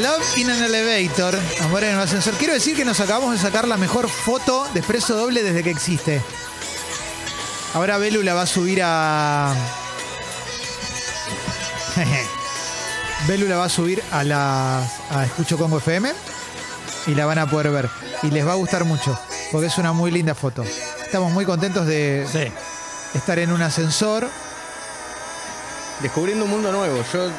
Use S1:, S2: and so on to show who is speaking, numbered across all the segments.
S1: Love in an Elevator. Amor en un ascensor. Quiero decir que nos acabamos de sacar la mejor foto de expreso doble desde que existe. Ahora Belu la va a subir a. Belu la va a subir a la. a Escucho Congo FM. Y la van a poder ver. Y les va a gustar mucho. Porque es una muy linda foto. Estamos muy contentos de
S2: Sí.
S1: estar en un ascensor.
S3: Descubriendo un mundo nuevo. Yo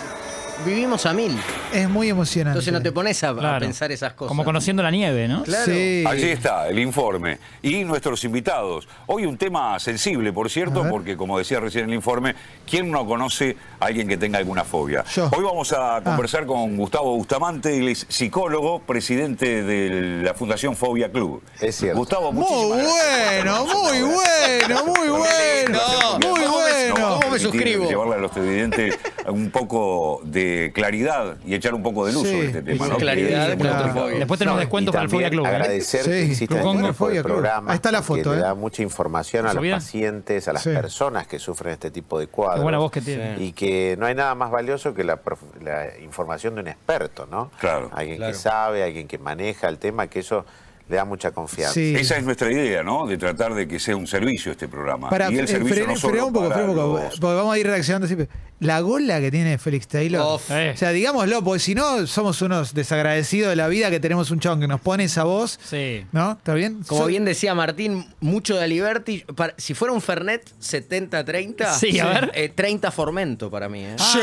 S3: vivimos a mil.
S1: Es muy emocionante.
S3: Entonces no te pones a, a
S2: Claro.
S3: pensar esas cosas.
S2: Como conociendo la nieve, ¿no?
S3: Claro.
S1: Sí.
S4: Allí está el informe y nuestros invitados. Hoy un tema sensible, por
S1: A
S4: cierto,
S1: ver.
S4: porque como decía recién el informe, ¿quién no conoce a alguien que tenga alguna fobia?
S1: Yo. Ah.
S4: Hoy vamos a conversar con Gustavo Bustamante, él es psicólogo, presidente de la Fundación Fobia Club.
S5: Es cierto.
S4: Gustavo,
S1: Muy
S4: muchísimas gracias.
S1: bueno, muy bueno, muy bueno, muy bueno.
S3: ¿Cómo me
S4: Permitir
S3: suscribo?
S4: Llevarle a los televidentes un poco de claridad y echar un poco de luz
S1: Sí,
S4: sobre este tema.
S1: sí,
S4: ¿no?
S3: claridad,
S4: Que es muy
S3: claro.
S4: complicado.
S2: Después tenemos descuentos
S5: y
S2: para el Fobia
S5: también
S2: Club. ¿eh?
S5: Agradecer
S1: Sí,
S5: que exista
S1: Club
S5: este tipo
S1: Congo
S5: de
S1: Fobia Club.
S5: programa.
S1: Ahí está la foto,
S5: Que
S1: ¿eh?
S5: le da mucha información a los
S2: ¿Subida?
S5: pacientes, a las
S1: Sí.
S5: personas que sufren este tipo de
S2: Qué
S5: cuadros.
S2: buena voz que tiene.
S5: Y que no hay nada más valioso que la, prof- la información de un experto, ¿no?
S4: Claro.
S5: Alguien
S3: Claro.
S5: que sabe, alguien que maneja el tema, que eso le da mucha confianza.
S1: Sí.
S4: Esa es nuestra idea, ¿no? De tratar de que sea un servicio este programa.
S1: Para,
S4: y
S1: eh,
S4: el servicio
S1: frené-
S4: no solo
S1: frené un poco,
S4: para
S1: frené un poco,
S4: los-
S1: porque vamos a ir reaccionando así. pero La gola que tiene Félix Taylor.
S3: Of.
S2: Eh.
S1: O sea, digámoslo, porque si no, somos unos desagradecidos de la vida que tenemos un chabón que nos pone esa voz.
S2: Sí.
S1: ¿No? ¿Está bien?
S3: Como
S1: So-
S3: bien decía Martín, mucho de Aliberti. Para- si fuera un Fernet 70-30,
S2: Sí, a ver. Ah,
S3: eh, 30 Formento para mí. ¿eh?
S1: Sí.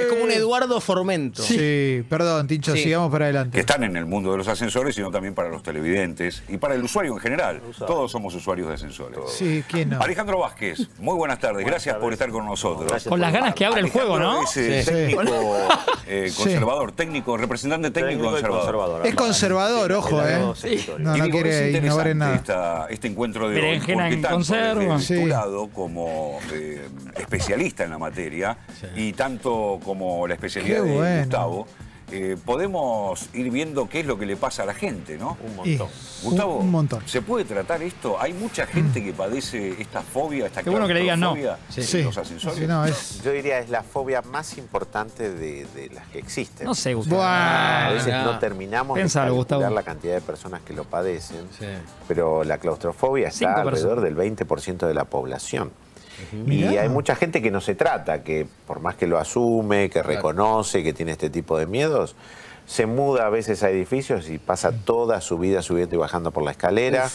S3: Es como un Eduardo Formento.
S1: Sí. perdón, Tincho,
S3: Sí.
S1: sigamos para
S4: que
S1: adelante.
S4: están en el mundo de los ascensores, sino también para los televidentes y para el usuario en general. Todos somos usuarios de ascensores.
S1: Sí, ¿quién no?
S4: Alejandro Vázquez, muy buenas tardes. Gracias por estar con nosotros.
S5: Gracias
S2: Con
S5: por
S2: las
S5: llamarme.
S2: ganas que abre el juego,
S4: Alejandro
S2: ¿no?
S4: Es eh,
S1: Sí.
S4: técnico eh, conservador, técnico, representante técnico,
S5: Técnico y
S4: conservador.
S1: Es conservador, ojo,
S5: El
S1: ¿eh?
S5: lado sectorial.
S1: No,
S4: Y
S1: no
S4: digo, es
S1: quiere innovar en nada.
S4: interesante esta- este encuentro de hoy,
S2: Berenjena
S4: porque
S2: en
S4: tanto
S2: conserva.
S4: desde tu
S1: Sí.
S4: lado como eh, especialista en la materia y tanto como la especialidad
S1: Qué
S4: de
S1: bueno.
S4: Gustavo, eh, podemos ir viendo qué es lo que le pasa a la gente, ¿no?
S5: Un
S1: Y-
S5: montón.
S4: Gustavo,
S1: Un, un montón. Mm.
S4: ¿se puede tratar esto? Hay mucha gente que padece esta fobia, esta
S2: Qué bueno que le digan no.
S4: claustrofobia
S3: Sí.
S4: en
S1: Sí.
S4: los ascensores.
S1: Sí, no, es.
S5: Yo diría es la fobia más importante de, de las que existen.
S2: No sé, Gustavo.
S5: A
S1: Buah.
S5: veces
S3: Ah,
S5: no terminamos
S2: Pensalo,
S5: de calcular
S2: Gustavo.
S5: la cantidad de personas que lo padecen, pero la claustrofobia está
S2: Cinco
S5: alrededor del 20% de la población. Y
S1: Mirá.
S5: hay mucha gente que no se trata, que por más que lo asume, que reconoce que tiene este tipo de miedos, se muda a veces a edificios y pasa toda su vida subiendo y bajando por la escalera.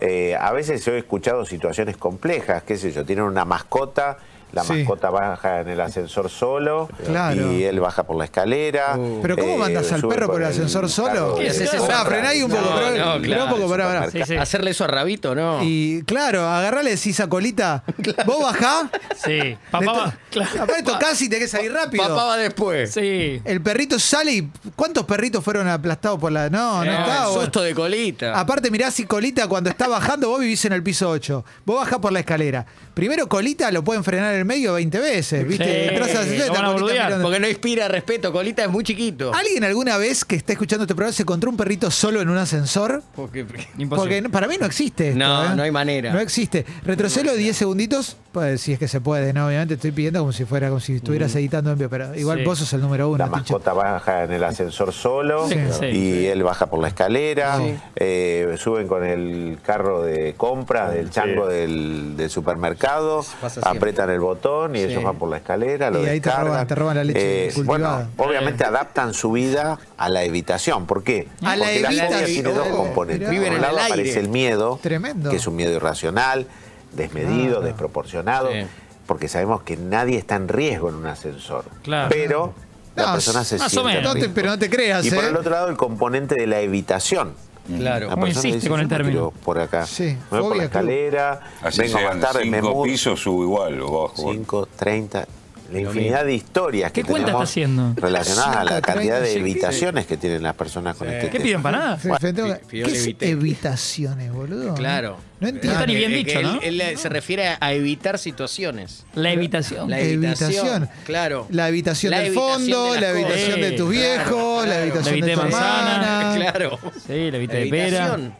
S5: Eh, a veces yo he escuchado situaciones complejas, qué sé yo, tienen una mascota, la
S1: Sí.
S5: mascota baja en el ascensor solo
S1: Claro.
S5: y él baja por la escalera.
S1: Pero ¿cómo
S5: Eh,
S1: mandas al
S5: sube
S1: perro por el ascensor
S5: carro
S1: solo?
S5: de-
S3: ¿Qué es ese
S1: Pará,
S3: zorra?
S1: frená ahí un poco,
S3: No,
S1: pará,
S3: no,
S1: pará
S3: claro,
S1: un poco, pará, pará.
S2: Sí, sí.
S3: Hacerle eso a Rabito, ¿no?
S1: Y claro, agarrale decís a colita. Vos bajá.
S2: Sí. Papá
S1: le to-
S2: va- Claro.
S1: Aparte tocás y tenés que salir rápido.
S3: Papá va después.
S2: Sí.
S1: El perrito sale y. ¿Cuántos perritos fueron aplastados por la.? No, no,
S2: Eh,
S1: está. Ah,
S3: Ah, el
S1: bueno.
S3: susto de colita.
S1: Aparte, mirá si Colita cuando está bajando, vos vivís en el piso 8. Vos bajás por la escalera. Primero Colita lo pueden frenar en el medio 20 veces, ¿viste?
S2: Sí,
S1: Entrás al
S2: lo
S1: ascensor y está
S2: van a
S1: Colita
S2: boludear,
S1: mirando.
S3: Porque no inspira respeto, colita es muy chiquito.
S1: ¿Alguien alguna vez que está escuchando este programa se encontró un perrito solo en un ascensor?
S3: Porque- porque-
S2: Imposible.
S1: Porque no- para mí no existe. esto,
S3: No,
S1: ¿eh?
S3: no hay manera.
S1: No existe. Retrocedo 10 segunditos, pues, si es que se puede, ¿no? Obviamente estoy pidiendo como si fuera, como si estuvieras editando en vivo, pero igual
S2: Mm. Sí.
S1: vos sos el número uno.
S5: La
S1: Tincho.
S5: mascota baja en el ascensor solo
S2: Sí, sí,
S5: y él baja por la escalera, eh, suben con el carro de compras del chango del, del supermercado,
S3: pasa siempre.
S5: apretan el botón y
S3: Sí.
S5: ellos van por la escalera, lo
S1: Y ahí te
S5: descargan. Eh,
S1: roban- te roban la leche cultivada.
S5: bueno, obviamente adaptan su vida a la evitación. ¿Por qué?
S1: A la
S5: Porque la fobia
S1: evitación.
S5: tiene dos
S1: Ojo,
S5: componentes.
S1: mirá.
S5: Por
S3: Viven
S5: un
S3: en
S5: lado
S3: el aire.
S5: aparece el miedo,
S1: Tremendo.
S5: que es un miedo irracional, desmedido, desproporcionado,
S3: Sí.
S5: porque sabemos que nadie está en riesgo en un ascensor.
S2: Claro.
S5: Pero la
S1: No,
S5: persona se
S2: más o
S5: siente
S2: menos.
S5: en
S1: No te-
S5: riesgo.
S1: pero no te creas,
S5: Y por
S1: ¿eh?
S5: el otro lado, el componente de la evitación.
S3: Claro.
S5: La
S2: ¿Cómo
S5: persona
S2: insiste con el
S5: "Yo no
S2: término?
S5: quiero por acá.
S1: Sí,
S5: Me voy por
S1: fobia,
S5: la escalera,
S4: Así
S5: vengo
S4: sean
S5: más tarde, me
S4: cinco
S5: mudo.
S4: pisos, subo igual o bajo.
S5: 5, 30, la infinidad de historias que
S2: ¿Qué cuenta
S5: tenemos
S2: está haciendo?
S5: relacionadas a la
S1: 5,
S5: cantidad
S1: 30,
S5: de
S1: sí.
S5: evitaciones que tienen las personas con este
S2: ¿Qué
S5: tema.
S2: piden para nada?
S1: Fe- fe- tengo-
S3: pi-
S1: ¿Qué
S3: pidió
S1: es
S3: levite.
S1: evitaciones, boludo?
S3: Claro.
S1: No entiendo.
S2: está ni bien
S3: Eh,
S2: dicho,
S3: él-
S2: ¿no?
S3: Él, eh, se refiere a evitar situaciones.
S2: La evitación.
S3: La
S1: Evitación.
S3: evitación. Claro.
S1: La habitación
S3: La
S1: del
S3: evitación
S1: fondo,
S3: de las
S1: la habitación
S2: cosas.
S1: de tus
S2: Sí,
S1: viejos,
S3: claro,
S1: la
S3: claro.
S1: habitación
S2: La
S1: de tu
S2: evité manzana.
S1: hermana.
S3: Claro.
S2: Sí, la evita de pera.
S3: Evitación.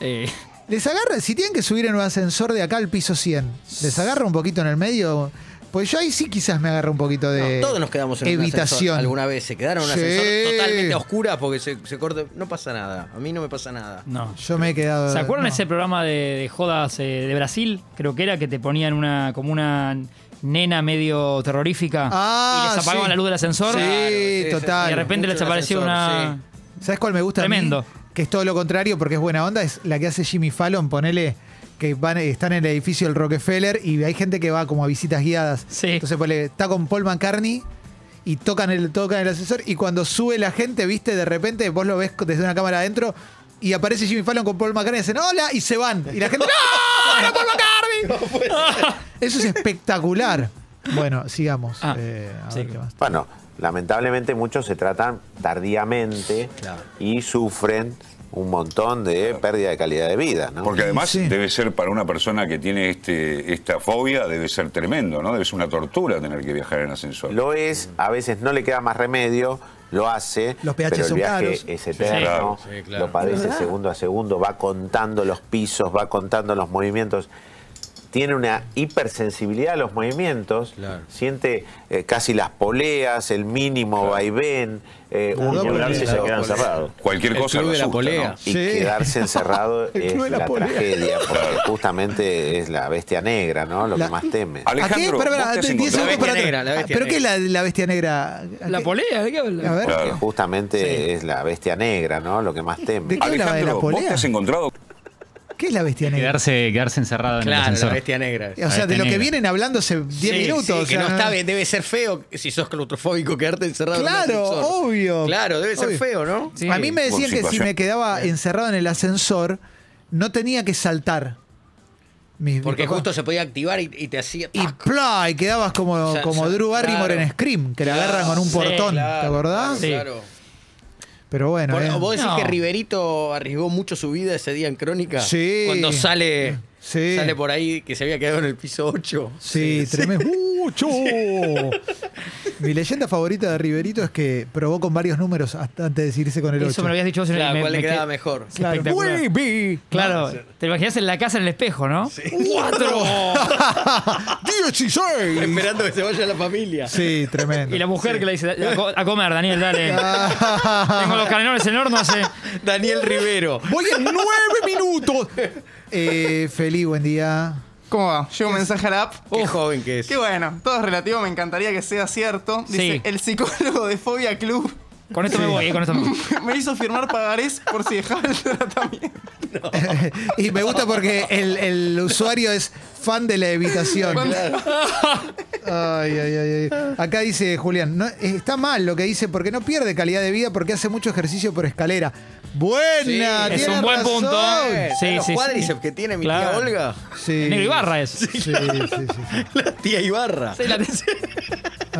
S2: Eh,
S1: Les agarra, si tienen que subir en un ascensor de acá al piso 100, les agarra un poquito en el medio Pues yo ahí sí quizás me agarra un poquito de.
S3: No, todos nos quedamos en un
S1: Eh, evitación.
S3: ascensor alguna vez. Se quedaron en un
S1: Sí.
S3: ascensor totalmente a oscuras porque se, se corta. No pasa nada. A mí no me pasa nada.
S2: No.
S1: Yo me he quedado.
S2: ¿Se acuerdan
S1: no.
S2: ese programa de, de jodas eh, de Brasil? Creo que era que te ponían una como una nena medio terrorífica
S1: Ah,
S2: y les apagaban
S1: sí.
S2: la luz del ascensor.
S1: Sí,
S2: Y
S1: total.
S2: de repente
S3: Mucho
S2: les
S3: del
S2: apareció
S3: ascensor,
S2: una.
S3: sí.
S1: ¿Sabes cuál me gusta? a mí?
S2: Tremendo.
S1: Que es todo lo contrario porque es buena onda. Es la que hace Jimmy Fallon. Ponele que van, están en el edificio del Rockefeller y hay gente que va como a visitas guiadas.
S2: Sí.
S1: Entonces ponele, está con Paul McCartney y tocan el, tocan el ascensor. Y cuando sube la gente, viste, de repente vos lo ves desde una cámara adentro. Y aparece Jimmy Fallon con Paul McCartney y dicen hola y se van. Y la gente, ¡No! ¡Era Paul McCartney! Eso es espectacular. Bueno, sigamos.
S2: Ah,
S1: Eh, a
S2: sí.
S1: ver qué más.
S5: Bueno, lamentablemente muchos se tratan tardíamente
S3: Claro.
S5: y sufren un montón de pérdida de calidad de vida, ¿no?
S4: Porque además
S1: Sí.
S4: debe ser para una persona que tiene este, esta fobia, debe ser tremendo, ¿no? Debe ser una tortura tener que viajar en ascensor.
S5: Lo es, a veces no le queda más remedio, lo hace,
S1: Los PH
S5: pero el
S1: son
S5: viaje
S1: caros.
S5: es eterno,
S3: Sí, claro. Sí, claro.
S5: lo padece segundo a segundo, va contando los pisos, va contando los movimientos. Tiene una hipersensibilidad a los movimientos,
S3: Claro.
S5: siente eh, casi las poleas, el mínimo vaivén, eh,
S1: Las dos
S5: un doblarse y
S1: poleas.
S5: se
S3: Las
S5: quedan
S3: dos poleas.
S5: cerrados.
S4: Cualquier
S3: El
S4: cosa
S3: club
S4: lo
S3: de la
S4: asusta,
S3: polea.
S4: ¿no?
S5: Y
S1: Sí.
S5: quedarse encerrado
S1: El
S5: es
S1: club de la
S5: la
S1: polea.
S5: tragedia, porque justamente es la bestia negra, ¿no? Lo
S1: La-
S5: que más teme.
S4: Ale-
S1: ¿A qué?
S4: Alejandro,
S1: Pará, pará,
S4: vos te has
S1: diez
S4: encontrado-
S1: segundos
S3: La bestia
S1: para-
S3: negra, la bestia
S1: Ah, ¿Pero qué es la, la bestia negra? ¿A
S2: La
S1: qué?
S2: polea, ¿de qué
S1: A
S2: hablas?
S1: ver.
S5: Porque
S4: Claro.
S5: justamente es la bestia negra, ¿no? Lo que más
S1: ¿De
S5: teme.
S1: qué hablaba de la
S4: Alejandro, ¿vos
S1: polea?
S4: te has encontrado
S1: ¿Qué es la bestia negra?
S6: Quedarse, quedarse encerrado en el
S3: Claro, la
S6: ascensor.
S3: bestia negra.
S1: O sea,
S6: bestia
S1: de lo que
S6: negra.
S1: vienen hablándose 10
S3: Sí,
S1: minutos.
S3: sí,
S1: o
S3: que
S1: sea,
S3: no está bien. Debe ser feo si sos claustrofóbico quedarte encerrado en un
S1: Claro,
S3: ascensor.
S1: obvio.
S3: Claro, debe ser
S1: Obvio.
S3: feo, ¿no?
S2: Sí.
S1: A mí me decían
S4: Por
S1: que si
S4: situación.
S1: me quedaba encerrado en el ascensor, no tenía que saltar. Mis-
S3: Porque
S1: mis papás.
S3: justo se podía activar y, y te hacía.
S1: Y ¡plá! Y quedabas como,
S3: sea,
S1: como
S3: ya,
S1: Drew Barrymore
S3: claro.
S1: en Scream, que la agarran con un
S2: Sí,
S1: portón. ¿Te
S3: Claro,
S1: acordás?
S2: Sí.
S3: Claro.
S1: Pero bueno.
S3: Por-
S1: eh.
S3: ¿Vos decís
S2: No.
S3: que Riverito arriesgó mucho su vida ese día en Crónica?
S1: Sí.
S3: Cuando sale,
S1: Sí.
S3: sale por ahí que se había quedado en el piso 8.
S1: Sí, tremendo. ¡Mucho! Mi leyenda favorita de Riverito es que probó con varios números hasta antes de decidirse con el 8.
S2: Eso me lo habías dicho vos en el-
S3: Claro,
S2: me-
S3: ¿cuál le
S2: me
S3: quedaba
S2: qued-
S3: mejor?
S2: Sí. espectacular. Claro, te lo imaginas en la casa en el espejo, ¿no?
S3: ¡Cuatro!
S1: 16.
S3: Esperando que se vaya la familia.
S1: Sí, tremendo.
S2: Y la mujer que le dice, a, co- a comer, Daniel, dale. Tengo los canelones en el horno hace.
S3: Daniel Rivero.
S1: Voy en nueve minutos. Eh, Feli, buen día.
S7: ¿Cómo va? Llega un mensaje a la app.
S3: Qué joven que es.
S7: Qué bueno, todo es relativo, me encantaría que sea cierto. Dice,
S2: Sí.
S7: el psicólogo de Fobia Club
S2: Con esto me voy, eh, con esto me voy.
S7: me hizo firmar pagarés por si dejaba el tratamiento.
S1: y me gusta porque el, el usuario es fan de la evitación. Ay, ay, ay, ay. Acá dice Julián, no, eh, está mal lo que dice porque no pierde calidad de vida porque hace mucho ejercicio por escalera. Buena,
S3: Sí,
S2: Es
S1: tiene
S2: un buen
S1: razón.
S2: punto.
S3: ¿Sabés
S2: Sí,
S3: los
S2: sí,
S3: cuádriceps
S2: sí.
S3: que tiene mi
S2: Claro.
S3: tía Olga?
S1: Sí.
S2: Negro Ibarra es.
S1: Sí, sí, sí, sí.
S3: La tía Ibarra.
S2: Sí, la-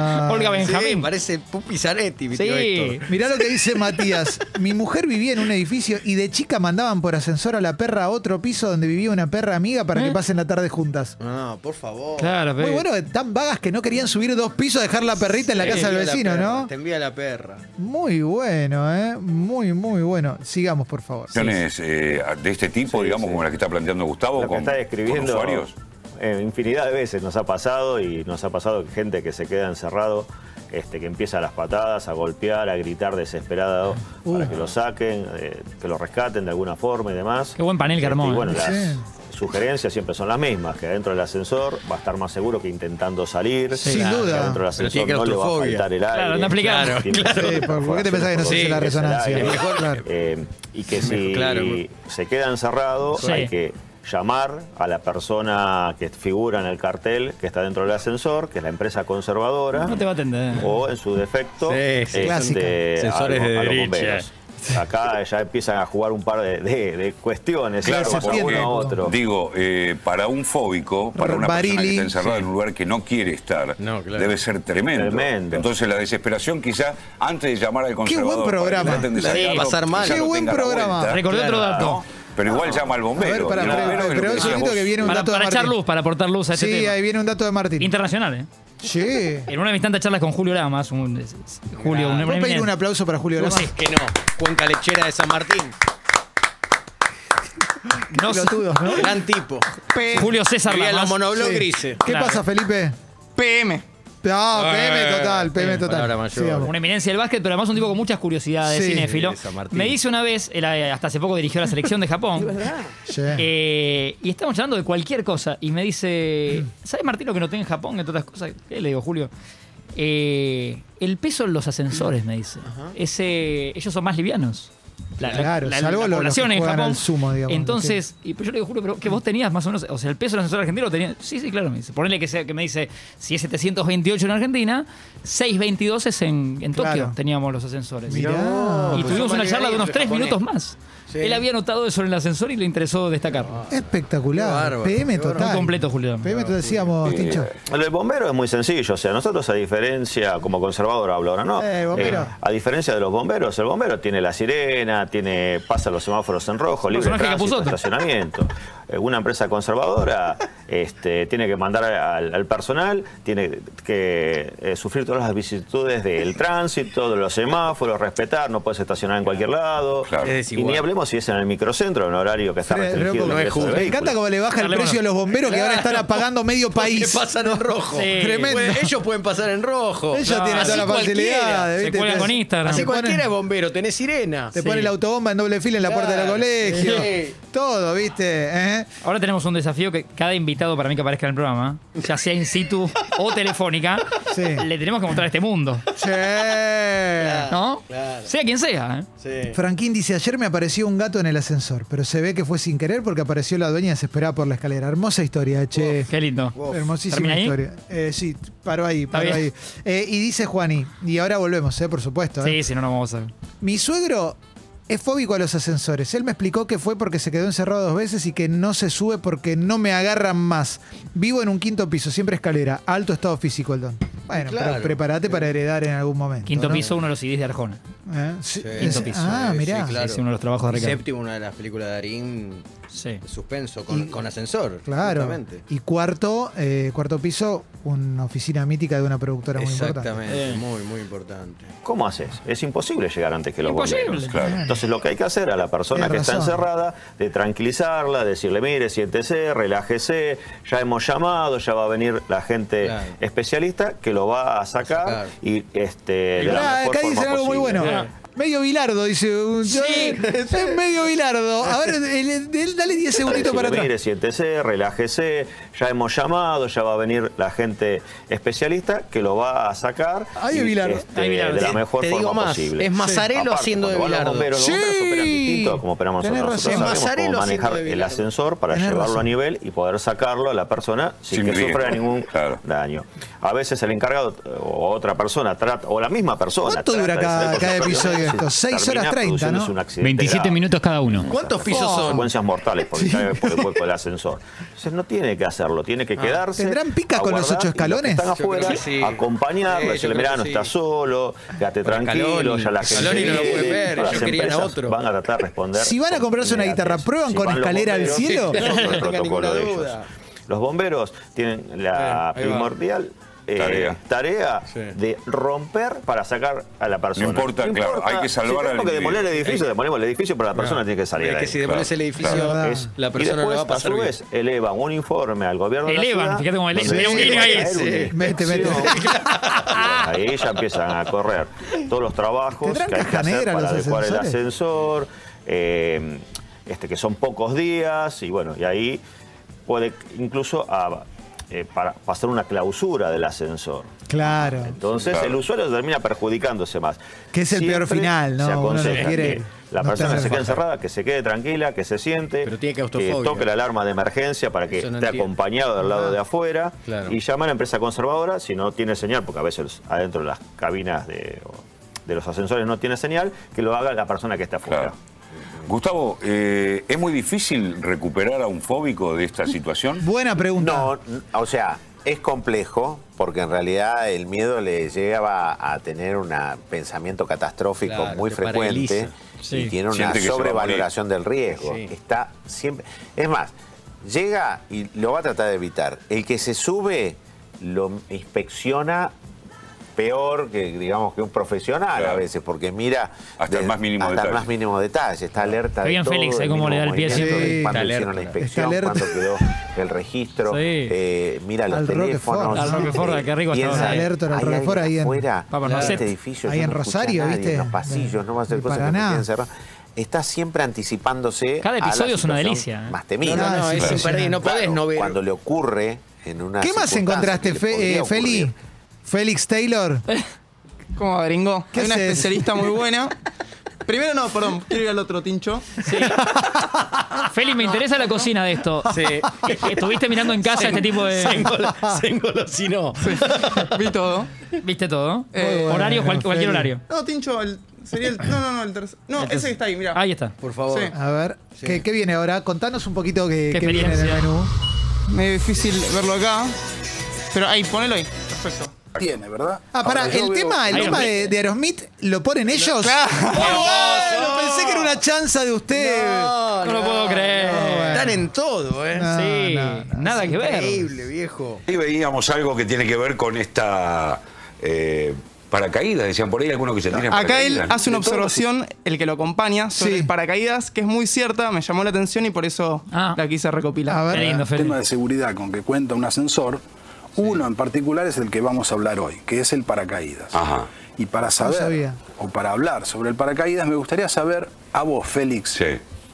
S1: Ah.
S2: Olga
S3: Sí,
S2: Benjamín.
S3: parece Pupi Zanetti, mi tío
S2: Sí.
S3: Héctor.
S1: Mirá lo que dice Matías. Mi mujer vivía en un edificio y de chica mandaban por ascensor a la perra a otro piso donde vivía una perra amiga para que pasen la tarde juntas.
S3: No, por favor.
S2: ¿Eh? Claro,
S1: Muy
S2: pero-
S1: bueno, tan vagas que no querían subir dos pisos a dejar la perrita en la
S3: Te
S1: casa del
S3: envía la
S1: vecino,
S3: perra,
S1: ¿no?
S3: Te envía la perra.
S1: Muy bueno, ¿eh? Muy, muy bueno. Sigamos, por favor.
S4: situaciones eh, de este tipo, digamos, como la que está planteando Gustavo,
S8: Lo que
S4: con,
S8: está
S4: con
S8: describiendo
S4: usuarios?
S8: eh, infinidad de veces nos ha pasado y nos ha pasado que gente que se queda encerrado, este, que empieza a las patadas, a golpear, a gritar desesperado
S2: Uh.
S8: para que lo saquen, eh, que lo rescaten de alguna forma y demás.
S2: Qué buen panel que
S8: Este,
S2: armó,
S8: y
S2: ¿eh?
S8: bueno, las
S1: Sí.
S8: sugerencias siempre son las mismas, que adentro del ascensor va a estar más seguro que intentando salir.
S1: Sí, Sin
S8: que
S1: duda.
S8: Adentro del
S3: Pero tiene
S8: ascensor no le va a
S3: claustrofobia.
S8: faltar el aire.
S2: Claro, anda aplicando.
S8: Tiene que
S1: Sí,
S8: ser
S1: ¿por, por qué te
S8: por
S1: pensás que no se
S8: favor,
S1: hace la
S8: que es el
S1: resonancia?
S8: aire.
S1: Claro.
S8: Eh, y que si
S3: claro.
S8: se queda encerrado,
S2: Sí.
S8: hay que llamar a la persona que figura en el cartel que está dentro del ascensor, que es la empresa conservadora,
S2: No te va a atender.
S8: o en su defecto,
S3: Sí, sí.
S8: este,
S1: Clásica.
S3: Ascensores
S8: a, los-
S3: de
S8: a los
S3: derecha.
S8: bomberos. Acá ya empiezan a jugar un par de, de- de cuestiones,
S1: Claro,
S8: claro, por
S1: se
S8: uno
S1: entiende.
S8: a otro.
S4: Digo, eh, para un fóbico, para una persona que
S1: Barili.
S4: está encerrada en un lugar que no quiere estar,
S3: No, claro.
S4: debe ser tremendo.
S8: Tremendo.
S4: Entonces la desesperación quizás antes de llamar al conservador.
S1: buen programa.
S4: para que traten de
S3: Sí,
S4: sacarlo,
S3: pasar mal.
S4: quizá
S1: Qué
S4: no
S1: buen
S4: tenga la
S1: programa.
S4: vuelta.
S2: Recordé otro
S4: Claro.
S2: dato.
S4: No, Pero igual llama al
S1: A
S4: bombero.
S1: ver, para,
S4: Y el
S1: para,
S4: bombero es lo
S1: pero
S4: que
S1: un
S4: decías
S1: segundito
S4: vos.
S1: que viene un
S2: Para,
S1: dato de
S2: para echar
S1: Martín.
S2: luz, para aportar luz a este
S1: Sí,
S2: tema.
S1: ahí viene un dato de Martín.
S2: Internacional, ¿eh?
S1: Sí.
S2: En una de mis tantas charlas con Julio Lamas, un, es- es- Julio, un,
S1: ¿Puedo pedir
S2: eminente. Uh,
S1: un aplauso para Julio Lamas?
S2: Sí.
S3: Que no. Cuenca lechera de San Martín.
S2: No sé-
S1: Pelotudos, ¿no?
S3: Gran tipo.
S7: Pe-
S2: Julio César
S3: Vivía en los
S2: Lamas.
S3: monobloc
S1: Sí.
S3: grises.
S1: ¿Qué
S2: Claro.
S1: pasa, Felipe?
S7: PM.
S1: No,
S6: Ah,
S1: PM total, PM
S6: bien,
S1: total.
S3: palabra mayor.
S1: Sigamos.
S2: Eh, Una eminencia del básquet, pero además un tipo con muchas curiosidades,
S1: Sí.
S2: cinéfilo.
S3: Sí, San Martín.
S2: Me dice una vez, él eh, hasta hace poco dirigió la selección de Japón.
S1: Sí.
S2: Eh, y estamos hablando de cualquier cosa. Y me dice,
S1: Mm.
S2: ¿sabes Martín lo que noté en Japón, entre otras cosas? ¿Qué le digo, Julio? Eh, el peso en los ascensores, me dice. Ese, ellos son más livianos. La, la-
S1: Claro,
S2: la-
S1: salvo
S2: la
S1: los- los
S2: población
S1: que
S2: en
S1: juegan
S2: Japón.
S1: al sumo, digamos,
S2: Entonces, y pues yo le digo, Julio, pero que vos tenías más o menos, o sea, el peso del ascensor argentino lo tenías. Sí, sí, claro, me dice. Ponele que, sea, que me dice, si es 728 en Argentina, 622 es en, en Tokio,
S1: Claro.
S2: teníamos los ascensores.
S1: Mirá.
S2: Y
S3: pues
S2: tuvimos
S3: son
S2: una charla de unos tres
S3: japonés.
S2: minutos más.
S3: Sí.
S2: Él había notado eso en el ascensor y le interesó destacarlo.
S1: Ah. Espectacular.
S3: Qué bárbaro,
S1: PM
S3: qué bárbaro.
S1: total.
S2: Muy completo, Julián.
S1: PM total, decíamos, Tincho.
S8: Lo Eh, del bombero es muy sencillo, o sea, nosotros a diferencia, como conservador hablo ahora, ¿no?
S1: Eh, bombero.
S8: a diferencia de los bomberos, el bombero tiene la sirena, tiene pasa los semáforos en rojo, libre
S2: personaje
S8: tránsito,
S2: Capusotto.
S8: estacionamiento. Eh, Una empresa conservadora este, tiene que mandar al, al personal, tiene que eh, sufrir todas las vicisitudes del tránsito, de los semáforos, respetar, no puedes estacionar en cualquier lado.
S4: Claro.
S3: Es
S8: Y ni
S3: igual.
S8: hablemos si es en el microcentro, en un horario que está
S1: Fre-
S8: restringido.
S1: Repo-
S8: el ingreso de
S1: Me encanta
S8: vehículos.
S1: cómo le baja el
S2: Dale,
S1: precio a
S2: bueno.
S1: los bomberos que ahora están apagando medio país.
S3: Porque pasan en rojo.
S2: Sí. Tremendo.
S3: Bueno, ellos pueden pasar en rojo.
S1: Ellos
S2: Claro.
S1: tienen
S3: Así
S1: toda la facilidad.
S3: cualquiera.
S2: Se
S1: ¿viste?
S2: cuelgan
S1: Te-
S2: con Instagram.
S3: Así
S1: te ponen-
S3: cualquiera es bombero, tenés sirena.
S1: Te pone
S2: Sí.
S1: la autobomba en doble fila en la puerta del
S3: Claro.
S1: colegio.
S3: Sí.
S1: Todo, ¿viste? ¿Eh?
S2: Ahora tenemos un desafío que cada invitado para mí que aparezca en el programa, ya sea in situ o telefónica,
S1: Sí.
S2: le tenemos que mostrar este mundo.
S1: Sí.
S2: ¿No?
S3: claro.
S2: Sea quien sea. ¿eh?
S3: Sí.
S1: Franquín dice, ayer me apareció un gato en el ascensor, pero se ve que fue sin querer porque apareció la dueña desesperada por la escalera. Hermosa historia, che.
S2: Qué lindo.
S1: Hermosísima
S2: ¿Termina ahí?
S1: historia. Eh, sí, paró ahí, paró
S2: bien.
S1: ahí. Eh, y dice Juani, y ahora volvemos, eh, por supuesto. eh.
S2: Sí, si no, no vamos a ver.
S1: Mi suegro es fóbico a los ascensores. Él me explicó que fue porque se quedó encerrado dos veces y que no se sube porque no me agarran más. Vivo en un quinto piso, siempre escalera. Alto estado físico el don. Bueno, pero
S3: Claro.
S1: prepárate para heredar en algún momento.
S2: Quinto
S1: ¿no?
S2: piso, uno de los CDs de Arjona.
S1: ¿Eh? Sí,
S2: Quinto
S1: es-
S2: piso.
S1: Ah,
S3: Sí,
S1: mirá.
S3: sí,
S2: Es uno de los trabajos de
S3: Y
S2: Ricardo.
S3: Séptimo, una de las películas de Darín,
S2: Sí.
S3: suspenso, con, con ascensor.
S1: Claro.
S3: justamente.
S1: Y cuarto, eh, cuarto piso, una oficina mítica de una productora muy importante.
S3: Exactamente, muy, muy importante.
S8: ¿Cómo haces? Es imposible llegar antes que los
S2: Imposible.
S8: bomberos.
S4: Claro.
S8: Entonces lo que hay que hacer a la persona
S1: Tienes
S8: que está
S1: razón.
S8: encerrada, de tranquilizarla, decirle, mire, siéntese, relájese, ya hemos llamado, ya va a venir la gente
S3: Claro.
S8: especialista que lo va a sacar,
S3: sacar.
S8: y este, de la
S1: Pará,
S8: mejor
S1: acá
S8: forma
S1: dicen algo muy
S8: posible.
S1: bueno. Ah, Medio bilardo, dice. un-
S2: Sí.
S1: Es medio bilardo. A ver, el- el- el- dale 10 segunditos
S8: Decirle,
S1: para atrás.
S8: Mire, siéntese, relájese, ya hemos llamado, ya va a venir la gente especialista que lo va a sacar
S1: Ahí
S8: y,
S1: es Bilardo.
S8: este,
S2: Ahí Bilardo.
S8: de la
S2: Te-
S8: mejor
S3: te
S8: forma
S3: digo más,
S8: posible.
S3: es Mazzarello
S8: Aparte,
S3: haciendo de
S8: cuando van los
S3: Bilardo.
S8: bomberos, los bomberos
S1: Sí.
S8: operan distinto a como operamos
S1: Tenés
S8: nosotros.
S1: razón.
S8: Nosotros
S3: Es
S8: sabemos
S3: Mazzarello
S8: cómo
S3: haciendo
S8: manejar
S3: de
S8: el
S3: Bilardo.
S8: ascensor para
S1: Tenés
S8: llevarlo
S1: razón.
S8: a nivel y poder sacarlo a la persona sin,
S4: Sin
S8: que
S4: riesgo,
S8: sufra ningún
S4: claro.
S8: daño. A veces el encargado eh, o otra persona trata, o la misma persona.
S1: ¿Cuánto dura
S8: trata
S1: cada-
S8: de salir por
S1: cada
S8: su propio
S1: episodio
S8: medio,
S1: esto?
S8: se
S1: Seis
S8: termina
S1: horas treinta,
S8: produciéndose
S1: ¿no?
S8: un accidente
S6: 27
S8: grave
S6: minutos cada uno.
S3: ¿Cuántos pisos son?
S8: consecuencias Oh. mortales porque cae por el hueco del ascensor. Entonces no tiene que hacerlo, tiene que quedarse.
S1: ¿Tendrán pica con los
S8: aguardar,
S1: ocho
S8: y los que
S1: escalones?
S8: Están
S3: Ah. Yo creo
S8: afuera,
S3: que sí.
S8: acompañarlo,
S3: Sí, yo
S8: decirle,
S3: creo
S8: mirá,
S3: que
S8: no
S3: sí.
S8: estás solo, quédate
S3: Con
S8: tranquilo,
S3: Scaloni.
S8: ya la gente
S3: Scaloni no lo puede
S8: viene,
S3: ver,
S8: todas
S3: yo
S8: las
S3: quería a
S8: empresas
S3: otro.
S8: Van a tratar de responder.
S1: Si van a
S8: con
S1: comprarse una guitarra,
S8: inmediatez.
S1: ¿prueban con
S8: van los
S1: escalera al
S8: bomberos,
S1: cielo?
S8: es otro
S3: No tenga
S8: protocolo de
S3: ninguna
S8: ellos.
S3: duda.
S8: Los bomberos tienen
S3: Bien,
S8: la
S3: ahí va.
S8: primordial eh,
S4: Tarea.
S8: tarea,
S3: Sí.
S8: de romper para sacar a la persona.
S4: No importa, claro, hay que salvar
S8: si
S4: al
S8: tenemos que demoler el
S4: individuo.
S8: edificio, demolemos el edificio, pero la persona tiene que salir.
S3: Es
S8: de
S3: que
S8: ahí.
S3: si demoles el edificio,
S1: claro.
S8: Es-
S3: la persona
S8: y
S3: no
S8: después,
S3: va a pasar
S8: a su
S3: bien.
S8: vez, elevan un informe al gobierno de la
S2: Elevan,
S8: ciudad,
S2: fíjate cómo ele-
S8: donde
S2: tiene un
S8: dice que va a
S2: clic ahí,
S8: caer
S2: sí.
S8: una
S1: Mete, mete.
S8: infección. Ahí ya empiezan a correr todos los trabajos
S1: Tendrán
S8: que hay que
S1: caja
S8: hacer
S1: negra
S8: para
S1: los
S8: adecuar el
S1: ascensores.
S8: ascensor, eh, este, que son pocos días, y bueno, y ahí puede incluso a- eh, para pasar una clausura del ascensor.
S1: Claro.
S8: Entonces
S4: Claro.
S8: el usuario termina perjudicándose más.
S1: Que es el peor final, ¿no?
S8: Se
S1: Uno no
S8: aconseja
S1: quiere-
S8: que la
S1: no
S8: persona que se
S1: tener-
S8: quede encerrada, que se quede tranquila, que se siente,
S3: Pero tiene
S8: que
S3: claustrofobia.
S8: toque la alarma de emergencia para que
S3: Eso no
S8: esté
S3: entiendo. Ah.
S8: acompañado del lado de afuera
S3: Claro.
S8: y llama a la empresa conservadora si no tiene señal, porque a veces adentro de las cabinas de, de los ascensores no tiene señal, que lo haga la persona que está afuera.
S4: Claro. Gustavo, eh, ¿es muy difícil recuperar a un fóbico de esta situación?
S1: Buena pregunta.
S5: No, n- o sea, es complejo porque en realidad el miedo le llegaba a tener un pensamiento catastrófico
S3: Claro,
S5: muy
S3: te
S5: frecuente
S3: paraliza.
S5: y
S2: Sí.
S5: tiene una
S4: Siente que se va a
S5: sobrevaloración del riesgo.
S3: Sí.
S5: Está siempre. Es más, llega y lo va a tratar de evitar. El que se sube lo inspecciona peor que, digamos, que un profesional
S4: Claro.
S5: a veces, porque mira
S4: Hasta el más mínimo
S5: hasta el
S4: detalle.
S5: más mínimo detalle, está alerta.
S2: Está
S5: de
S2: bien
S5: todo,
S2: Félix,
S5: del
S2: ahí cómo
S5: mínimo
S2: le da el pie
S5: movimiento,
S1: siempre.
S5: de
S1: Sí,
S5: cuándo
S1: está
S5: hicieron la
S3: alerta.
S5: inspección,
S1: Está
S5: cuándo
S1: alerta.
S5: quedó el registro,
S2: Sí.
S5: eh, mira los
S1: Al
S5: teléfonos.
S1: Roquefort.
S2: Al Roquefort, qué rico
S5: piensa,
S2: estaba.
S5: ¿hay
S1: Alerta al
S5: alguien
S1: Roquefort ahí en-
S5: afuera
S2: Papa
S5: de
S2: Noel.
S5: este edificio?
S1: Ahí
S5: Yo
S1: en
S5: no escuché a
S1: Rosario,
S5: nadie,
S1: ¿viste?
S5: En los pasillos, no va a ser
S1: De
S5: cosas que no
S1: Paraná.
S5: pueden cerrar. Está siempre anticipándose.
S2: Cada
S5: a la
S2: episodio es una
S5: situación
S2: delicia, ¿eh?
S5: Más temida.
S3: No, no,
S1: Ah,
S3: es
S1: sí,
S3: un
S1: sí,
S3: perdido,
S1: sí.
S3: no podés
S5: Claro,
S3: no ver.
S5: Cuando le ocurre en una.
S1: ¿Qué más encontraste, Fe- eh, Feli?
S5: Feli?
S1: Félix Taylor.
S7: Como gringo.
S1: ¿Qué
S7: Hay una
S1: haces?
S7: especialista muy buena. Primero no, perdón, quiero ir al otro tincho.
S2: Ah, Feli, me interesa la cocina de esto. Estuviste mirando en casa este tipo de.
S3: Se, engol- se engolosinó.
S7: Vi todo.
S2: ¿Viste todo?
S7: Eh,
S2: horario, cual- cualquier
S1: Feli.
S2: horario.
S7: No, tincho, el, sería el. No, no, no, el tercero. No,
S2: Entonces-
S7: ese que está ahí, mira.
S2: Ahí está.
S3: Por favor.
S7: Sí.
S1: A ver, ¿qué, qué viene ahora? Contanos un poquito qué,
S2: Qué
S1: qué viene en el
S2: experiencia.
S1: menú.
S7: Medio difícil verlo acá. Pero ahí, ponelo ahí. Perfecto.
S6: tiene, ¿verdad?
S1: Ah, pará,
S6: Ahora, yo
S1: el
S6: veo-
S1: tema, el
S2: Ahí
S1: tema
S2: lo-
S1: de, de Aerosmith lo ponen ellos. Bueno, pensé que era una chanza de usted.
S2: No, lo puedo creer.
S3: Están en todo, ¿eh?
S1: No,
S2: sí,
S1: no,
S2: nada que ver.
S3: Increíble, viejo.
S4: Ahí veíamos algo que tiene que ver con esta eh, paracaídas, decían por ahí algunos que se tiran
S7: Acá él
S4: paracaídas.
S7: hace una
S4: De todos los-
S7: observación, el que lo acompaña, sobre
S1: Sí.
S7: el paracaídas, que es muy cierta, me llamó la atención y por eso
S2: Ah.
S7: la quise recopilar.
S1: A
S2: Qué
S1: ver,
S2: lindo,
S6: El
S2: Feli.
S6: tema de seguridad con que cuenta un ascensor, uno en particular es el que vamos a hablar hoy, que es el paracaídas.
S4: Ajá.
S6: Y para saber
S1: sabía.
S6: o para hablar sobre el paracaídas, me gustaría saber a vos, Félix,
S4: Sí.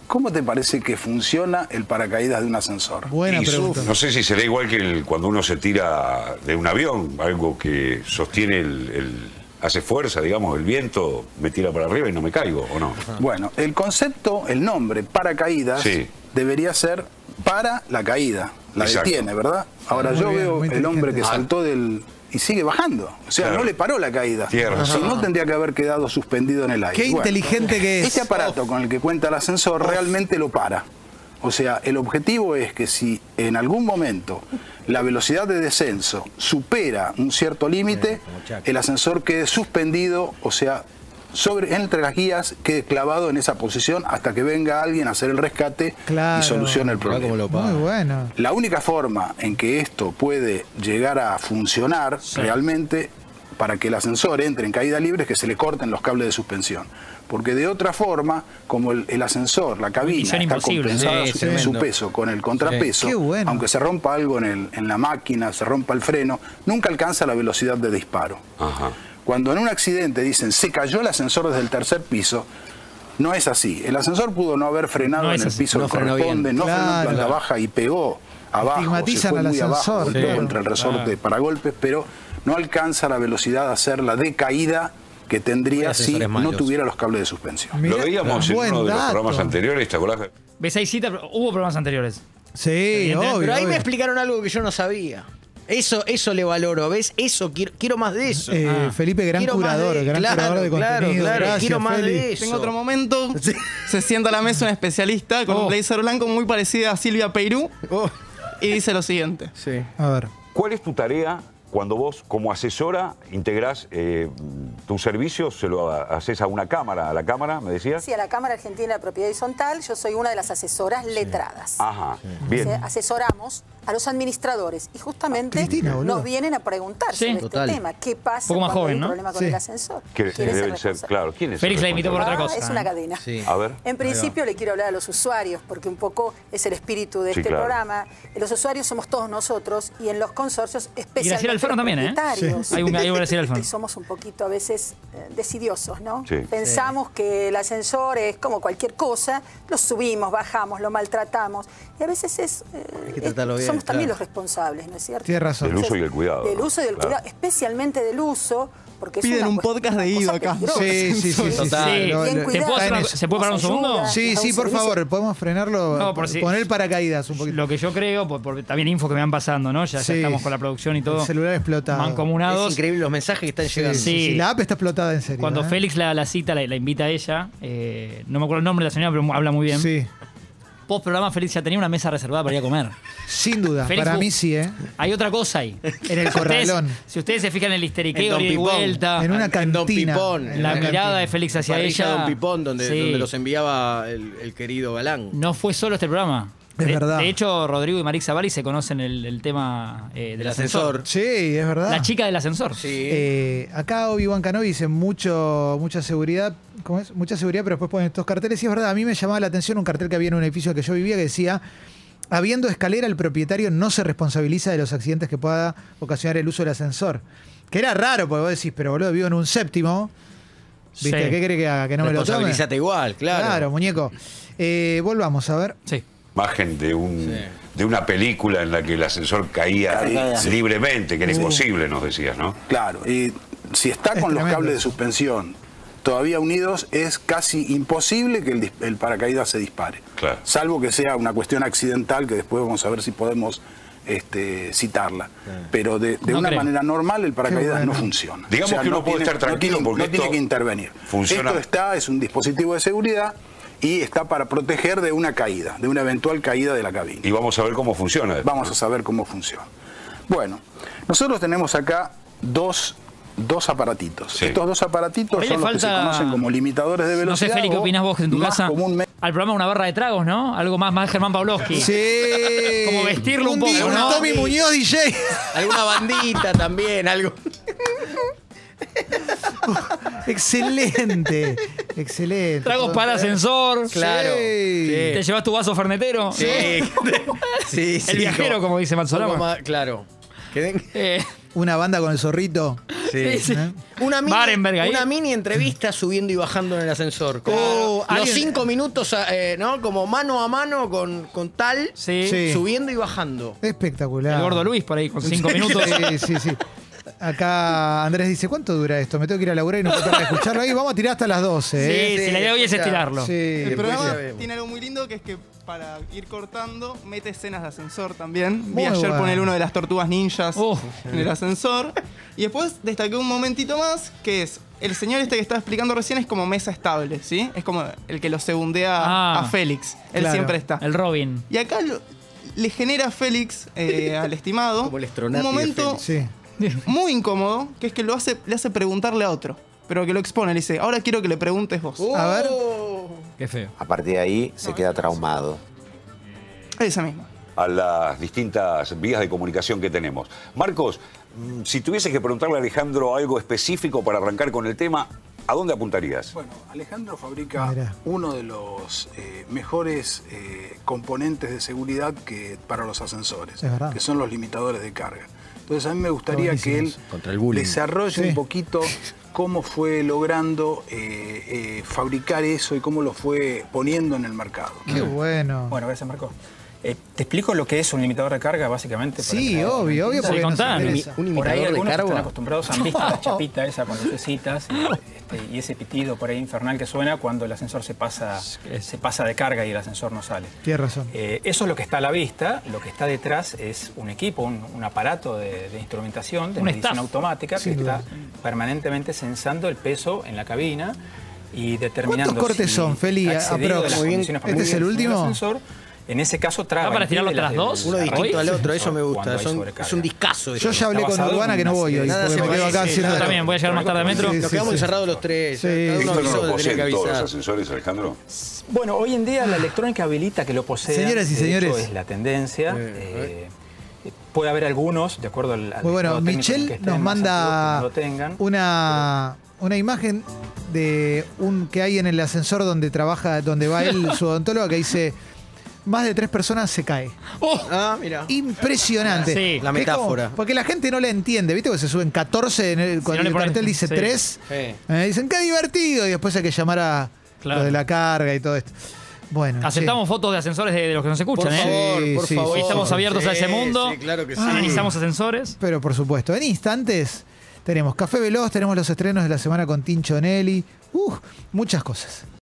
S6: ¿cómo te parece que funciona el paracaídas de un ascensor?
S1: buena
S4: Y su-
S1: pregunta.
S4: No sé si será igual que el- cuando uno se tira de un avión, algo que sostiene el, el- hace fuerza, digamos, el viento me tira para arriba y no me caigo, ¿o no?
S6: Bueno, el concepto, el nombre, paracaídas,
S4: Sí.
S6: debería ser para la caída. La
S4: Exacto.
S6: detiene, ¿verdad? Ahora
S1: Muy
S6: yo
S1: bien,
S6: veo
S1: muy
S6: el hombre que
S1: inteligente.
S6: saltó del. y sigue bajando. O sea,
S4: Claro.
S6: no le paró la caída.
S4: Tierra.
S6: Si no, tendría que haber quedado suspendido en el aire.
S1: Qué
S6: Bueno,
S1: inteligente que es.
S6: Este aparato con el que cuenta el ascensor realmente lo para. O sea, el objetivo es que si en algún momento la velocidad de descenso supera un cierto límite, el ascensor quede suspendido, o sea, sobre, entre las guías quede clavado en esa posición hasta que venga alguien a hacer el rescate
S1: Claro.
S6: y solucione el
S3: Mirá cómo
S6: problema.
S1: Muy
S3: lo paga.
S1: bueno.
S6: La única forma en que esto puede llegar a funcionar realmente para que el ascensor entre en caída libre es que se le corten los cables de suspensión. Porque de otra forma, como el, el ascensor, la cabina,
S2: Misión
S6: está
S2: imposible.
S6: compensada
S3: Sí,
S6: su- su,
S3: tremendo.
S6: peso con el contrapeso,
S1: Sí. Qué bueno.
S6: aunque se rompa algo en, el- en la máquina, se rompa el freno, nunca alcanza la velocidad de disparo.
S4: Ajá.
S6: Cuando en un accidente dicen se cayó el ascensor desde el tercer piso, no es así. El ascensor pudo no haber frenado
S2: No es
S6: en el
S2: así,
S6: piso
S3: no
S6: que
S3: frenó
S6: corresponde,
S3: bien.
S6: no frenó en
S1: Claro.
S6: planta baja y pegó abajo, se
S1: Estigmatizan
S6: fue
S1: al
S6: muy abajo,
S1: ascensor, Ah.
S6: golpeó
S1: sí.
S6: contra el resorte
S2: Claro.
S6: para golpes, pero no alcanza la velocidad a hacer la decaída que tendría
S3: Hay
S6: si
S3: ascensores
S6: no
S3: malos.
S6: tuviera los cables de suspensión.
S1: Mirá,
S4: Lo veíamos en
S1: buen
S4: uno de los
S1: dato.
S4: programas anteriores, ¿te acordás?
S2: ¿Ves ahí cita? Hubo programas anteriores.
S1: Sí, obvio.
S3: Pero ahí me
S1: obvio.
S3: explicaron algo que yo no sabía. Eso, eso le valoro, ¿ves? Eso, quiero, quiero más de eso.
S1: Eh,
S2: Ah.
S1: Felipe, gran
S3: Quiero más
S1: curador, gran
S3: claro,
S1: curador de
S3: Claro,
S1: contenido.
S3: claro,
S1: Gracias,
S3: quiero más
S1: Feli.
S3: de eso.
S7: Tengo otro momento. Se sienta a la mesa una especialista con
S2: Oh.
S7: un blazer blanco muy parecida a Silvia Peirú
S3: Oh.
S7: y dice lo siguiente.
S3: Sí.
S1: A ver.
S4: ¿Cuál es tu tarea cuando vos, como asesora, integrás eh, tus servicios, se lo ha- haces a una cámara, a la cámara, me decías?
S9: Sí, a la Cámara Argentina de Propiedad Horizontal, yo soy una de las asesoras letradas.
S4: Ajá,
S9: O sea,
S4: Ah, bien.
S9: Asesoramos a los administradores y justamente
S1: Cristina, boludo.
S9: nos vienen a preguntar
S2: Sí.
S9: sobre
S3: Total.
S9: este tema. ¿Qué pasa
S2: Poco más
S9: cuando
S2: joven,
S9: hay un
S2: ¿no?
S9: problema con
S1: Sí.
S9: el ascensor?
S4: Que
S9: ¿Quién es el
S4: debe ser,
S9: responsable?
S4: claro, ¿quién es? el
S2: Félix la imitó por
S9: Ah,
S2: otra
S4: responsable?
S2: cosa,
S9: es una
S2: ¿eh?
S9: cadena.
S3: Sí.
S4: A ver.
S9: En principio le quiero hablar a los usuarios, porque un poco es el espíritu de
S4: Sí,
S9: este
S4: claro.
S9: programa. Los usuarios somos todos nosotros y en los consorcios especialmente
S2: Graciela Alfano
S9: los
S2: también, ¿eh?
S9: propietarios.
S2: Hay un- hay un Graciela Alfano.
S9: Que somos un poquito a veces eh, decidiosos, ¿no?
S4: Sí.
S9: Pensamos que el ascensor es como cualquier cosa, lo subimos, bajamos, lo maltratamos y a veces es, eh,
S3: que tratarlo bien,
S9: somos también
S3: claro.
S9: los responsables, ¿no es cierto?
S1: Tienes razón.
S4: Del uso y del cuidado,
S9: Del
S4: ¿no?
S9: uso y del
S4: Claro.
S9: cuidado, especialmente del uso, porque es
S7: Piden
S9: una
S7: un
S9: cuestión-
S7: podcast de
S9: una
S7: Ido
S9: cosa
S7: acá.
S9: peligrosa.
S1: Sí, sí, sí, sí. sí,
S3: Total.
S1: sí, lo-
S2: Sí.
S9: Bien
S1: lo-
S2: ¿Te puedo
S9: cuidado.
S1: está
S2: hacer
S1: en
S2: una-
S1: eso.
S2: ¿Se puede parar un
S9: Nos ayuda.
S2: segundo?
S1: Sí, sí, por favor, podemos frenarlo.
S2: No, por si-
S1: Poner paracaídas un poquito.
S2: Lo que yo creo, por, por también info que me van pasando, ¿no? Ya, ya
S1: Sí.
S2: estamos con la producción y todo.
S1: El celular explotado.
S3: Es
S2: Mancomunados.
S3: increíble los mensajes que están
S1: Sí,
S3: llegando.
S1: sí, sí, la app está explotada en serio.
S2: Cuando
S1: ¿eh?
S2: Félix la, la cita, la, la invita a ella, eh, no me acuerdo el nombre de la señora, pero habla muy bien.
S1: Sí,
S2: Post programa, Félix ya tenía una mesa reservada para ir a comer.
S1: sin duda.
S2: Félix
S1: Para
S2: bu-
S1: mí sí, ¿eh?
S2: Hay otra cosa ahí.
S1: En el
S2: Si ustedes-
S1: corralón.
S2: si ustedes se fijan en el
S3: En
S2: histeriqueo,
S3: Don
S2: ida y
S3: Pipón.
S2: vuelta,
S1: En una
S3: en Don
S1: cantina.
S3: Pipón,
S1: en
S3: en
S2: la
S1: una
S2: mirada de
S1: cantina.
S2: Félix hacia
S3: Parrilla
S2: ella.
S3: Don Pipón, donde,
S2: Sí.
S3: donde los enviaba el, el querido Galán.
S2: No fue solo este programa.
S1: Es
S2: de,
S1: verdad.
S2: de hecho, Rodrigo y Marix Zavari se conocen el, el tema eh, del
S3: El
S2: ascensor.
S3: ascensor.
S1: Sí, es verdad.
S2: La chica del ascensor.
S3: Sí.
S1: Eh, acá Obi-Wan Kenobi dice mucho, mucha seguridad, ¿cómo es? Mucha seguridad, pero después ponen estos carteles. Y es verdad, a mí me llamaba la atención un cartel que había en un edificio que yo vivía que decía, habiendo escalera, el propietario no se responsabiliza de los accidentes que pueda ocasionar el uso del ascensor. Que era raro, porque vos decís, pero boludo, vivo en un séptimo. ¿Viste?
S2: Sí.
S1: ¿Qué cree que haga? Que no me lo tome.
S3: Responsabilízate igual, claro.
S1: Claro, muñeco. Eh, volvamos a ver.
S2: Sí.
S4: Imagen de, un, de una película en la que el ascensor caía
S6: Caía.
S4: libremente, que era imposible, nos decías, ¿no?
S6: Claro, y si está
S1: Es
S6: con los
S1: tremendo.
S6: cables de suspensión todavía unidos, es casi imposible que el, dis- el paracaídas se dispare.
S4: Claro.
S6: Salvo que sea una cuestión accidental, que después vamos a ver si podemos este, citarla. Pero de, de
S2: No
S6: una
S2: creo.
S6: manera normal el paracaídas
S1: Qué bueno.
S6: no funciona.
S4: Digamos que uno
S6: no
S4: puede
S6: tiene-
S4: estar
S6: no tiene-
S4: tranquilo porque
S6: no tiene
S4: esto
S6: que intervenir.
S4: funciona.
S6: Esto está, es un dispositivo de seguridad y está para proteger de una caída, de una eventual caída de la cabina.
S4: Y vamos a ver cómo funciona.
S6: Vamos a saber cómo funciona. Bueno, nosotros tenemos acá dos, dos aparatitos.
S4: Sí.
S6: Estos dos aparatitos
S2: Ahí
S6: son
S2: le
S6: los que se
S2: falta-
S6: conocen como limitadores de
S2: No sé,
S6: velocidad.
S2: Feli, ¿qué
S6: o
S2: opinás vos en tu
S6: más
S2: casa?
S6: comúnmente-
S2: Al programa una barra de tragos, ¿no? Algo más, más Germán Pavlovsky.
S1: Sí.
S2: Como vestirlo un
S1: di-
S2: poco, ¿no?
S1: Tommy Muñoz DJ.
S3: Alguna bandita también, algo.
S1: excelente. Excelente.
S2: Tragos para ascensor.
S3: Claro.
S1: Sí.
S2: ¿Te llevas tu vaso fernetero?
S3: Sí. sí, sí,
S2: El viajero, como dice
S3: Algo
S2: Manzolama.
S3: más- Claro. Queden-
S2: Eh,
S1: Una banda con el zorrito. ¿Eh?
S3: Sí. Una
S2: Barenberg ahí. Ah,
S3: mini, una mini entrevista subiendo y bajando en el ascensor. Como
S1: Oh,
S3: los
S1: alguien-
S3: cinco minutos, eh, ¿no? Como mano a mano con, con tal,
S2: sí.
S1: Sí.
S3: subiendo y bajando.
S1: Espectacular.
S2: El gordo Luis por ahí con cinco minutos.
S1: Sí, sí, sí. Acá Andrés dice, ¿cuánto dura esto? Me tengo que ir a laburar y no puedo parar de escucharlo ahí. Vamos a tirar hasta las 12. ¿eh?
S2: Sí, sí, la idea hoy es
S3: escucha.
S2: estirarlo.
S1: Sí.
S7: El
S3: Después
S7: programa
S3: ya vemos.
S7: tiene algo muy lindo que es que para ir cortando mete escenas de ascensor también.
S1: Muy
S7: Vi ayer
S1: bueno.
S7: poner uno de las tortugas ninjas
S2: Oh.
S7: en el ascensor. Y después destaqué un momentito más que es el señor este que estaba explicando recién es como mesa estable, ¿sí? Es como el que lo segundea
S2: Ah.
S7: a Félix. Él
S1: Claro.
S7: siempre está.
S2: El Robin.
S7: Y acá lo- le genera a Félix eh, al estimado
S3: Como el
S7: un
S3: Stronati de
S7: momento
S3: Félix.
S1: Sí.
S7: muy incómodo que es que lo hace, le hace preguntarle a otro. Pero que lo expone, le dice, ahora quiero que le preguntes vos.
S1: A ver.
S2: Qué feo.
S5: A partir de ahí se queda traumado.
S7: Esa misma.
S4: a las distintas vías de comunicación que tenemos. Marcos, mm, si tuvieses que preguntarle a Alejandro algo específico para arrancar con el tema, ¿a dónde apuntarías?
S6: Bueno, Alejandro fabrica
S1: Mirá.
S6: uno de los eh, mejores eh, componentes de seguridad que, para los ascensores,
S1: Es verdad.
S6: que son los limitadores de carga. Entonces a mí me gustaría que él
S1: Buenísimos.
S3: Contra el bullying.
S6: desarrolle
S1: Sí.
S6: un poquito cómo fue logrando eh, eh, fabricar eso y cómo lo fue poniendo en el mercado.
S1: Qué bueno.
S10: Bueno, gracias Marco. Eh, ¿Te explico lo que es un limitador de carga, básicamente? para
S1: sí,
S10: que la-
S1: obvio, obvio.
S2: Sí,
S1: Porque nos
S2: contá.
S1: interesa.
S3: Un
S10: Por ahí
S3: imitador de
S10: algunos están
S3: carga.
S10: acostumbrados, han visto la chapita esa con lucecitas y, este, y ese pitido por ahí infernal que suena cuando el ascensor se pasa, se pasa de carga y el ascensor no sale.
S1: Tienes razón.
S10: Eh, eso es lo que está a la vista, lo que está detrás es un equipo, un, un aparato de, de instrumentación, de
S2: Un
S10: medición
S2: staff.
S10: automática
S1: Sin
S10: que
S1: duda.
S10: está permanentemente sensando el peso en la cabina y determinando
S1: ¿Cuántos cortes
S10: si
S1: son, Feli?
S10: ha excedido
S1: Aprox.
S10: de las
S1: Muy bien.
S10: condiciones
S1: ¿Este
S10: permitidas
S1: es el
S10: en
S1: último?
S10: ascensor. En ese caso traba.
S2: ¿Ah, para tirarlo
S10: impide
S2: tras
S10: la-
S2: dos?
S10: la-
S3: Uno
S10: la-
S3: distinto
S10: la-
S3: al
S10: la-
S3: otro, eso me
S10: cuando
S3: gusta.
S10: hay
S3: son-
S10: sobrecarga.
S3: es un discazo eso.
S1: Yo ya hablé
S10: Está
S1: con
S10: basado
S1: Urbana
S10: en
S1: que no
S10: una
S1: voy hoy.
S10: serie-
S3: Nada
S1: Porque
S3: se
S1: me quedo
S3: parece,
S1: acá haciendo.
S2: Yo también voy a llegar más tarde a metro.
S1: Sí,
S3: Nos
S1: sí.
S3: quedamos encerrados los tres.
S1: Sí.
S3: Cada uno
S4: Esto no
S3: avisó
S4: lo
S3: de tener
S4: poseen
S3: que
S4: todos los
S3: avisar.
S4: ascensores, Alejandro.
S10: Bueno, hoy en día la electrónica habilita que lo posea.
S1: Señoras y señores.
S10: es la tendencia. Eh, puede haber algunos, de acuerdo al. al
S1: Muy bueno,
S10: estado técnico en el que
S1: Michelle
S10: estén,
S1: nos
S10: más
S1: manda
S10: antiguos que no lo tengan.
S1: una, una imagen de un que hay en el ascensor donde trabaja, donde va él, su odontólogo, que dice más de tres personas se cae.
S2: ¡Oh!
S3: Ah, mira.
S1: Impresionante.
S2: Sí, la
S1: Es como-
S3: metáfora.
S1: porque la gente no la entiende, ¿viste? Porque se suben 14 en el, cuando
S2: no le
S1: el
S2: ponen-
S1: cartel dice
S2: sí.
S1: 3.
S3: Sí.
S1: dicen, qué divertido. Y después hay que llamar a
S2: Claro.
S1: lo de la carga y todo esto. Bueno. che.
S2: Aceptamos fotos de ascensores de, de los que nos
S3: Por
S2: escuchan, ¿eh?
S3: favor,
S1: Sí,
S3: por
S1: sí,
S3: favor.
S1: sí.
S2: Estamos abiertos a ese
S3: Sí,
S2: mundo.
S3: Sí, claro que sí.
S2: Analizamos ascensores.
S1: Pero por supuesto, en instantes tenemos Café Veloz, tenemos los estrenos de la semana con Tincho Nelly. Uh, muchas cosas.